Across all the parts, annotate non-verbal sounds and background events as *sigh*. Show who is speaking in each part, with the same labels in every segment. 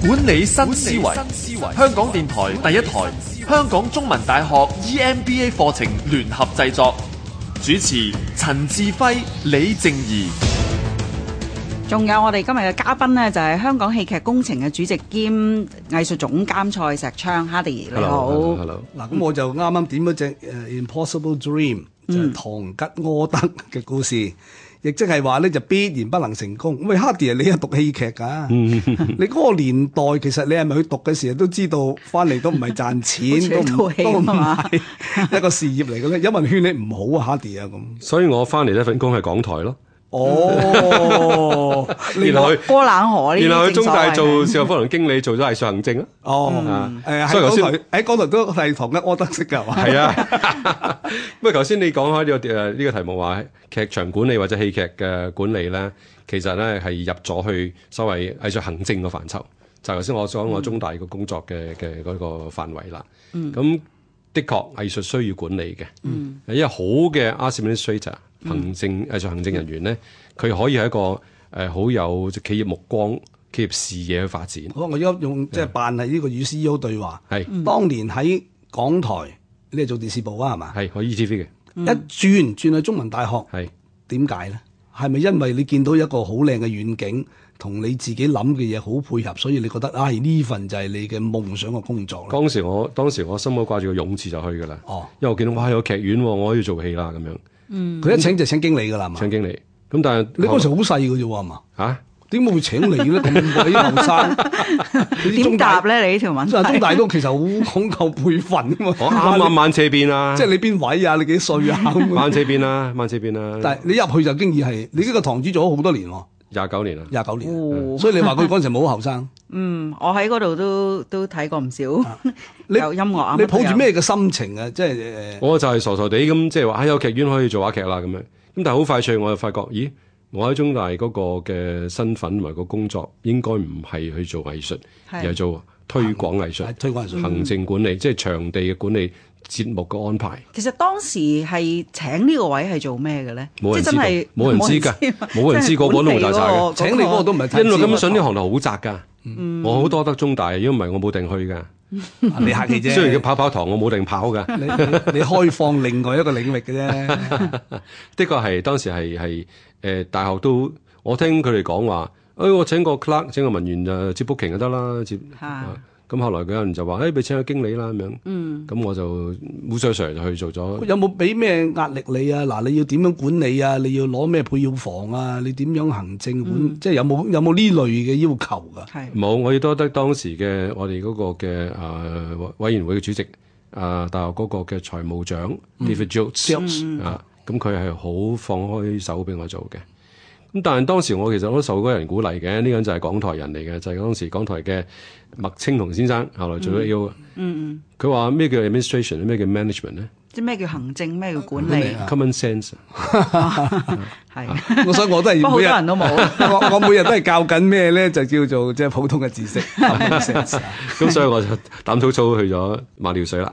Speaker 1: 管理新思維，香港電台第一台、香港中文大 E 學 EMBA 課程聯合製作，主持陳志輝、李靜宜。
Speaker 2: 仲有我哋今日嘅嘉賓呢，就係香港戲劇工程嘅主席兼藝術總監蔡石昌，Hardy 你好。
Speaker 3: hello，
Speaker 4: 嗱，咁我就啱啱點咗隻誒 Impossible Dream，就
Speaker 2: 嗯
Speaker 4: 係唐吉柯德嘅故事，亦即係話咧就必然不能成功。喂，Hardy 啊你係讀戲劇㗎，
Speaker 2: 嗯
Speaker 4: 你嗰個年代其實你係咪去讀嘅時候都知道翻嚟都唔係賺
Speaker 2: *laughs*
Speaker 4: 錢，
Speaker 2: 好似
Speaker 4: 都唔
Speaker 2: 套戲
Speaker 4: 都唔
Speaker 2: 咁啊
Speaker 4: 係 *laughs* 一個事業嚟嘅咧，有人勸你唔好啊
Speaker 2: *laughs*
Speaker 4: ，Hardy 啊咁。
Speaker 3: 所以我翻嚟呢份工係港台咯，
Speaker 4: 哦， *laughs* 你
Speaker 3: 然後去
Speaker 2: 過冷河呢啲
Speaker 3: 然後去中大
Speaker 2: 正所謂
Speaker 3: 做視覺科能經理，做咗藝術行政啦。啊
Speaker 4: 哦
Speaker 3: 嗯，
Speaker 4: 誒
Speaker 3: 所以頭
Speaker 4: 喺
Speaker 3: 先
Speaker 4: 港台喺港台都係唐吉柯德式㗎係嘛？
Speaker 3: 係啊，咁啊頭先你講開呢個誒呢個題目話劇場管理或者戲劇嘅管理咧，其實咧係入咗去所謂藝術行政嘅範疇，就係頭先我講我中大嘅工作嘅嘅嗰個範圍啦。咁的確藝術需要管理嘅，因為好嘅 a s s i m i l a t o r 行政藝術行政人員咧，佢可以係一個誒好有企業目光、企業視野去發展，
Speaker 4: 好，我而家用
Speaker 3: 啊
Speaker 4: 即係扮係呢個與 CEO 對話。
Speaker 3: 係
Speaker 2: 嗯
Speaker 4: 當年喺港台，你係做電視部啊，係嘛？
Speaker 3: 係可以 ETV 嘅，
Speaker 2: 嗯
Speaker 4: 一轉轉去中文大學，
Speaker 3: 係。
Speaker 4: 點解咧？係咪因為你見到一個好靚嘅遠景，同你自己諗嘅嘢好配合，所以你覺得唉呢、份就係你嘅夢想嘅工作
Speaker 2: 嗯
Speaker 4: 咧？
Speaker 3: 當時我當時我心口掛住個勇字就去㗎啦。
Speaker 4: 哦，
Speaker 3: 因為我見到哇有劇院喎，我可以做戲啦咁樣，
Speaker 4: 佢一請就請經理㗎啦，係
Speaker 2: 嗯
Speaker 4: 嘛？
Speaker 3: 請經理。咁但係
Speaker 4: 你嗯嗰時好細嘅啫喎，係嘛？
Speaker 3: 嚇
Speaker 4: 點解會請你咧？咁鬼後生，
Speaker 2: *laughs*
Speaker 4: 你啲
Speaker 2: 點
Speaker 4: 中
Speaker 2: 答
Speaker 4: 大
Speaker 2: 咧？你呢哦條問
Speaker 3: *laughs*
Speaker 2: 題
Speaker 4: 中大中大都其實好講究輩分
Speaker 2: *laughs*
Speaker 4: 啊㗎嘛。
Speaker 3: 我哦啱
Speaker 4: *laughs*
Speaker 3: 啱掹車邊啦，
Speaker 4: 即係你邊位啊？你幾歲啊？
Speaker 3: *laughs*
Speaker 4: 咁
Speaker 2: *laughs*
Speaker 4: 樣
Speaker 3: 掹車邊啦，掹車邊
Speaker 4: 但
Speaker 3: 啦，
Speaker 4: 係你入去就經已係你呢個堂主做咗好多年喎，
Speaker 3: 廿九年啦，
Speaker 4: 廿九年，啊
Speaker 2: 哦
Speaker 4: 所以你話佢嗰陣時冇好
Speaker 2: *laughs*
Speaker 4: 後生。
Speaker 2: 嗯，我喺嗰度都都睇過唔少，
Speaker 4: 你
Speaker 2: 有音樂啊，
Speaker 4: 你
Speaker 2: 乜都
Speaker 4: 抱
Speaker 2: 有
Speaker 4: 住？咩嘅心情啊？即係誒
Speaker 3: 我就係傻傻地咁，即係話啊有劇院可以做話劇啦咁樣。咁但係好快脆我就發覺，咦，我喺中大嗰個嘅身份同埋個工作應該唔係去做藝術，而係做推廣藝術
Speaker 4: 係、推廣藝術
Speaker 3: 行政管理，即係場地嘅管理、節目嘅安排。
Speaker 2: 其實當時係請呢個位係做咩嘅咧？
Speaker 3: 冇人
Speaker 2: 即係真
Speaker 3: 知道
Speaker 2: 係，
Speaker 3: 冇人知㗎，冇人知，個個都冇大晒嘅。
Speaker 2: 嘅
Speaker 4: 請你嗰個都唔係太
Speaker 3: 因為
Speaker 4: 知
Speaker 3: 根
Speaker 4: 喎
Speaker 3: 本上呢行路好窄噶，
Speaker 4: 嗯
Speaker 3: 我好多得中大，如果唔係我冇定去噶。
Speaker 4: 啊你客
Speaker 2: *laughs*
Speaker 4: 氣啫。
Speaker 3: 雖然佢跑跑堂，我冇定跑噶。
Speaker 4: 你 *laughs* 你你開放另外一個領域嘅
Speaker 2: *laughs*
Speaker 4: 啫，
Speaker 3: *laughs* 的確係當時係係誒大學都，我聽佢哋講話，誒、哎、我請個 clerk 請個文員誒接 booking 就得啦，接。
Speaker 2: 嚇
Speaker 3: 咁後來佢有人就話，誒、哎、俾請個經理啦咁樣。嗯。咁我就烏 Sir Sir 就去做咗。
Speaker 4: 有冇俾咩壓力你啊？嗱，你要點樣管理啊？你要攞咩配藥房啊？你點樣行政管？
Speaker 2: 嗯
Speaker 4: 即係有冇有冇呢類嘅要求㗎？
Speaker 2: 係
Speaker 3: 冇，我要多得當時嘅我哋嗰個嘅誒委員會嘅主席，啊、大學嗰個嘅財務長 David 嗯 Jones 啊，咁佢係好放開手俾我做嘅。咁但係當時我其實都受嗰人鼓勵嘅，呢、個人就係港台人嚟嘅，就係、當時港台嘅麥青紅先生，後來做咗 A.O. 嗯佢話咩叫 administration 咩叫 management 咧
Speaker 2: 即係咩叫行政，咩叫管理？
Speaker 3: ？common sense
Speaker 2: 係。 *laughs*
Speaker 4: 我所以我都係
Speaker 2: 不過好多
Speaker 4: 每日
Speaker 2: 人都冇。
Speaker 4: *laughs* 我我每日都係教緊咩咧？就叫做即係普通嘅
Speaker 2: *laughs*
Speaker 4: 知識。
Speaker 3: 咁所以我就 *laughs* 膽粗粗去咗馬料水啦。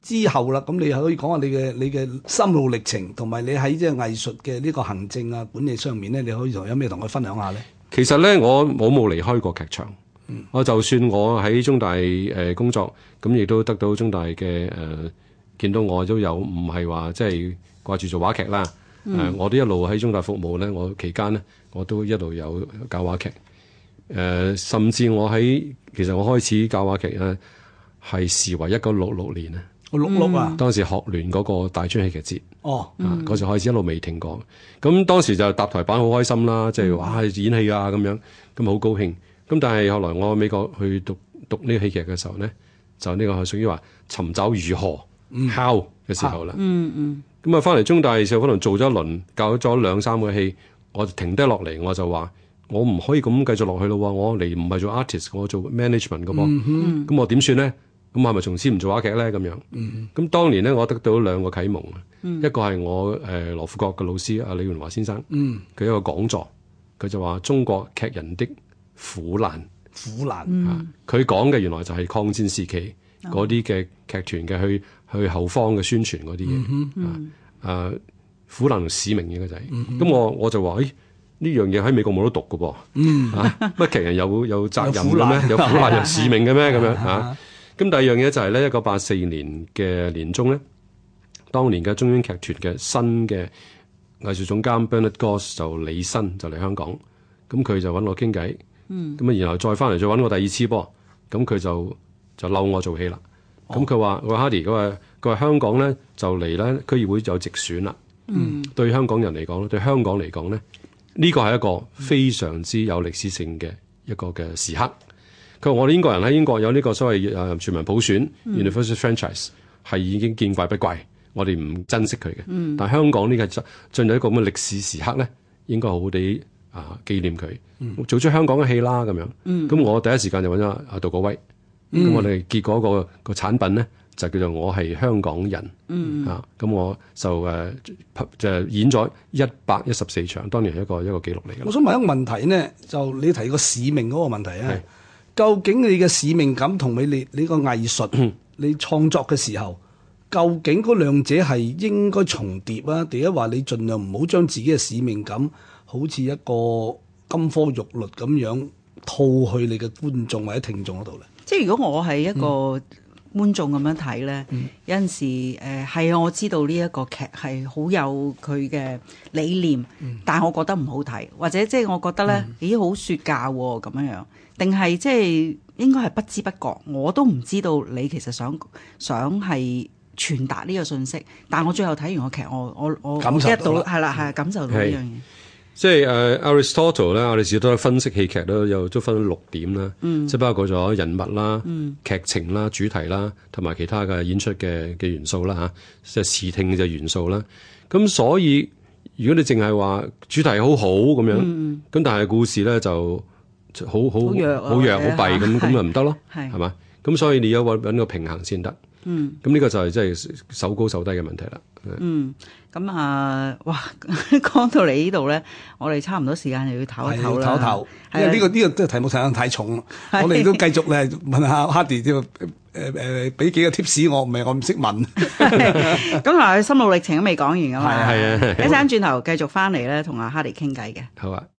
Speaker 4: 之後啦，咁你可以講下你嘅你嘅心路歷程，同埋你喺即係藝術嘅呢個行政啊管理上面咧，你可以同有咩同佢分享下咧？
Speaker 3: 其實咧，我我冇離開過劇場。我就算我喺中大誒、呃工作，咁亦都得到中大嘅誒、呃、見到我都有唔係話即係掛住做話劇啦。誒、呃我都一路喺中大服務咧，我期間咧我都一路有教話劇。誒、甚至我喺其實我開始教話劇咧，係視為一九六六年咧，
Speaker 4: 我碌碌啊，
Speaker 3: 當時學聯嗰個大專戲劇節。
Speaker 4: 哦，
Speaker 3: 啊，嗰時開始一路未停過。咁當時就搭台板好開心啦，即係哇演戲啊咁樣，咁好高興。咁但係後來我美國去讀讀呢個戲劇嘅時候咧，就呢個係屬於話尋找如何 how 嘅時候啦。嗯嗯。咁啊，翻嚟中大時候可能做咗一輪，教咗兩三個戲，我就停低落嚟，我就話。我唔可以咁繼續落去咯喎，我嚟唔係做 artist，我做 management 嘅噃，咁、我點算咧？咁係咪從此唔做話劇咧？咁樣，咁、當年咧，我得到兩個啟蒙啊，一個係我誒、呃、羅富國嘅老師阿李元華先生，佢、一個講座，佢就話中國劇人的苦難。
Speaker 4: 苦難。
Speaker 3: 啊佢講嘅原來就係抗戰時期
Speaker 4: 哦
Speaker 3: 嗰啲嘅劇團嘅去去後方嘅宣啊
Speaker 4: 嗯嗯
Speaker 3: 傳嗰啲嘢啊，誒苦難同使命應該就係。咁我我就話，誒呢樣嘢喺美國冇得讀嘅噃。嗯，乜其人有有責任嘅咩？有
Speaker 4: 有苦 *laughs*
Speaker 3: 苦
Speaker 4: 難
Speaker 3: 難有使命嘅咩？咁樣
Speaker 4: *laughs*
Speaker 3: 啊？咁第二樣嘢就係咧，一九八四年嘅年中咧，當年嘅中央劇團嘅新嘅藝術總監 Bernard Goss 就李新就嚟香港，咁佢就揾我傾偈，咁啊然後再翻嚟再揾我第二次噃，咁佢就就嬲我做戲啦。咁佢話：我 Hardy，佢話佢話香港咧就嚟咧區議會有直選啦。嗯，對香港人嚟講咧，對香港嚟講咧，呢個係一個非常之有歷史性嘅一個嘅時刻。佢話我哋英國人喺英國有呢個所謂誒全民普選 （universal franchise） 係已經見怪不怪，我哋唔珍惜佢嘅。但係香港呢個進進入一個咁嘅歷史時刻咧，應該好好地啊紀念佢，做出香港嘅戲啦咁樣。咁、我第一時間就揾咗阿杜國威，咁、我哋結果、個、個產品咧。就叫做我係香港人，啊，咁我就誒、呃就演咗一百一十四場，當然係一個一個記錄嚟㗎啦
Speaker 4: 我。想問一個問題咧，就你提個使命嗰個問題啊
Speaker 3: 係，
Speaker 4: 究竟你嘅使命感同你你你個藝術你創作嘅時候，究竟嗰兩者係應該重疊啊？定一話你盡量唔好將自己嘅使命感好似一個金科玉律咁樣套去你嘅觀眾或者聽眾嗰度咧？
Speaker 2: 即係如果我係一
Speaker 4: 嗯
Speaker 2: 個觀眾咁樣睇咧，有陣時誒係啊，我知道呢一個劇係好有佢嘅理念，
Speaker 4: 嗯
Speaker 2: 但係我覺得唔好睇，或者即係我覺得咧，咦好説教喎咁樣樣，定係即係應該係不知不覺，我都唔知道你其實想想係。傳達呢個信息，但我最後睇完個劇，我我我
Speaker 4: 感受
Speaker 2: get
Speaker 4: 到啦嗯
Speaker 2: 係啦，係感受到呢
Speaker 3: 係
Speaker 2: 樣嘢。
Speaker 3: 即係誒、呃 Aristotle 咧，我哋士多分析戲劇咧，又都分咗六點啦，
Speaker 2: 嗯
Speaker 3: 即係包括咗人物啦、劇情啦、主題啦，同埋其他嘅演出嘅嘅元素啦嚇、即係視聽嘅元素啦。咁所以如果你淨係話主題好好咁樣，咁、但係故事咧就就好好
Speaker 2: 嗯好弱啊
Speaker 3: 好弱好弊
Speaker 2: 或者
Speaker 3: 咁，咁
Speaker 2: 係
Speaker 3: 咪唔得咯，
Speaker 2: 係
Speaker 3: 係嘛？咁所以你要揾揾個平衡先得。嗯，咁呢個就係即係手高手低嘅問題啦。嗯
Speaker 2: 嗯咁啊，哇！ *laughs* 講到嚟呢度咧，我哋差唔多時間又要唞一唞啦。啊
Speaker 4: 唞一唞，因
Speaker 2: 係
Speaker 4: 為呢
Speaker 2: 啊
Speaker 4: 個呢個都係題目實在太重啦。我哋都繼續咧問下 Hardy 啲誒誒，俾幾個 tips 我，唔係我唔識問。
Speaker 2: 咁嗱，心路歷程都未講完噶嘛。
Speaker 3: 係啊
Speaker 2: 一陣轉頭繼續翻嚟咧，同阿哈利傾偈嘅。
Speaker 3: 好啊。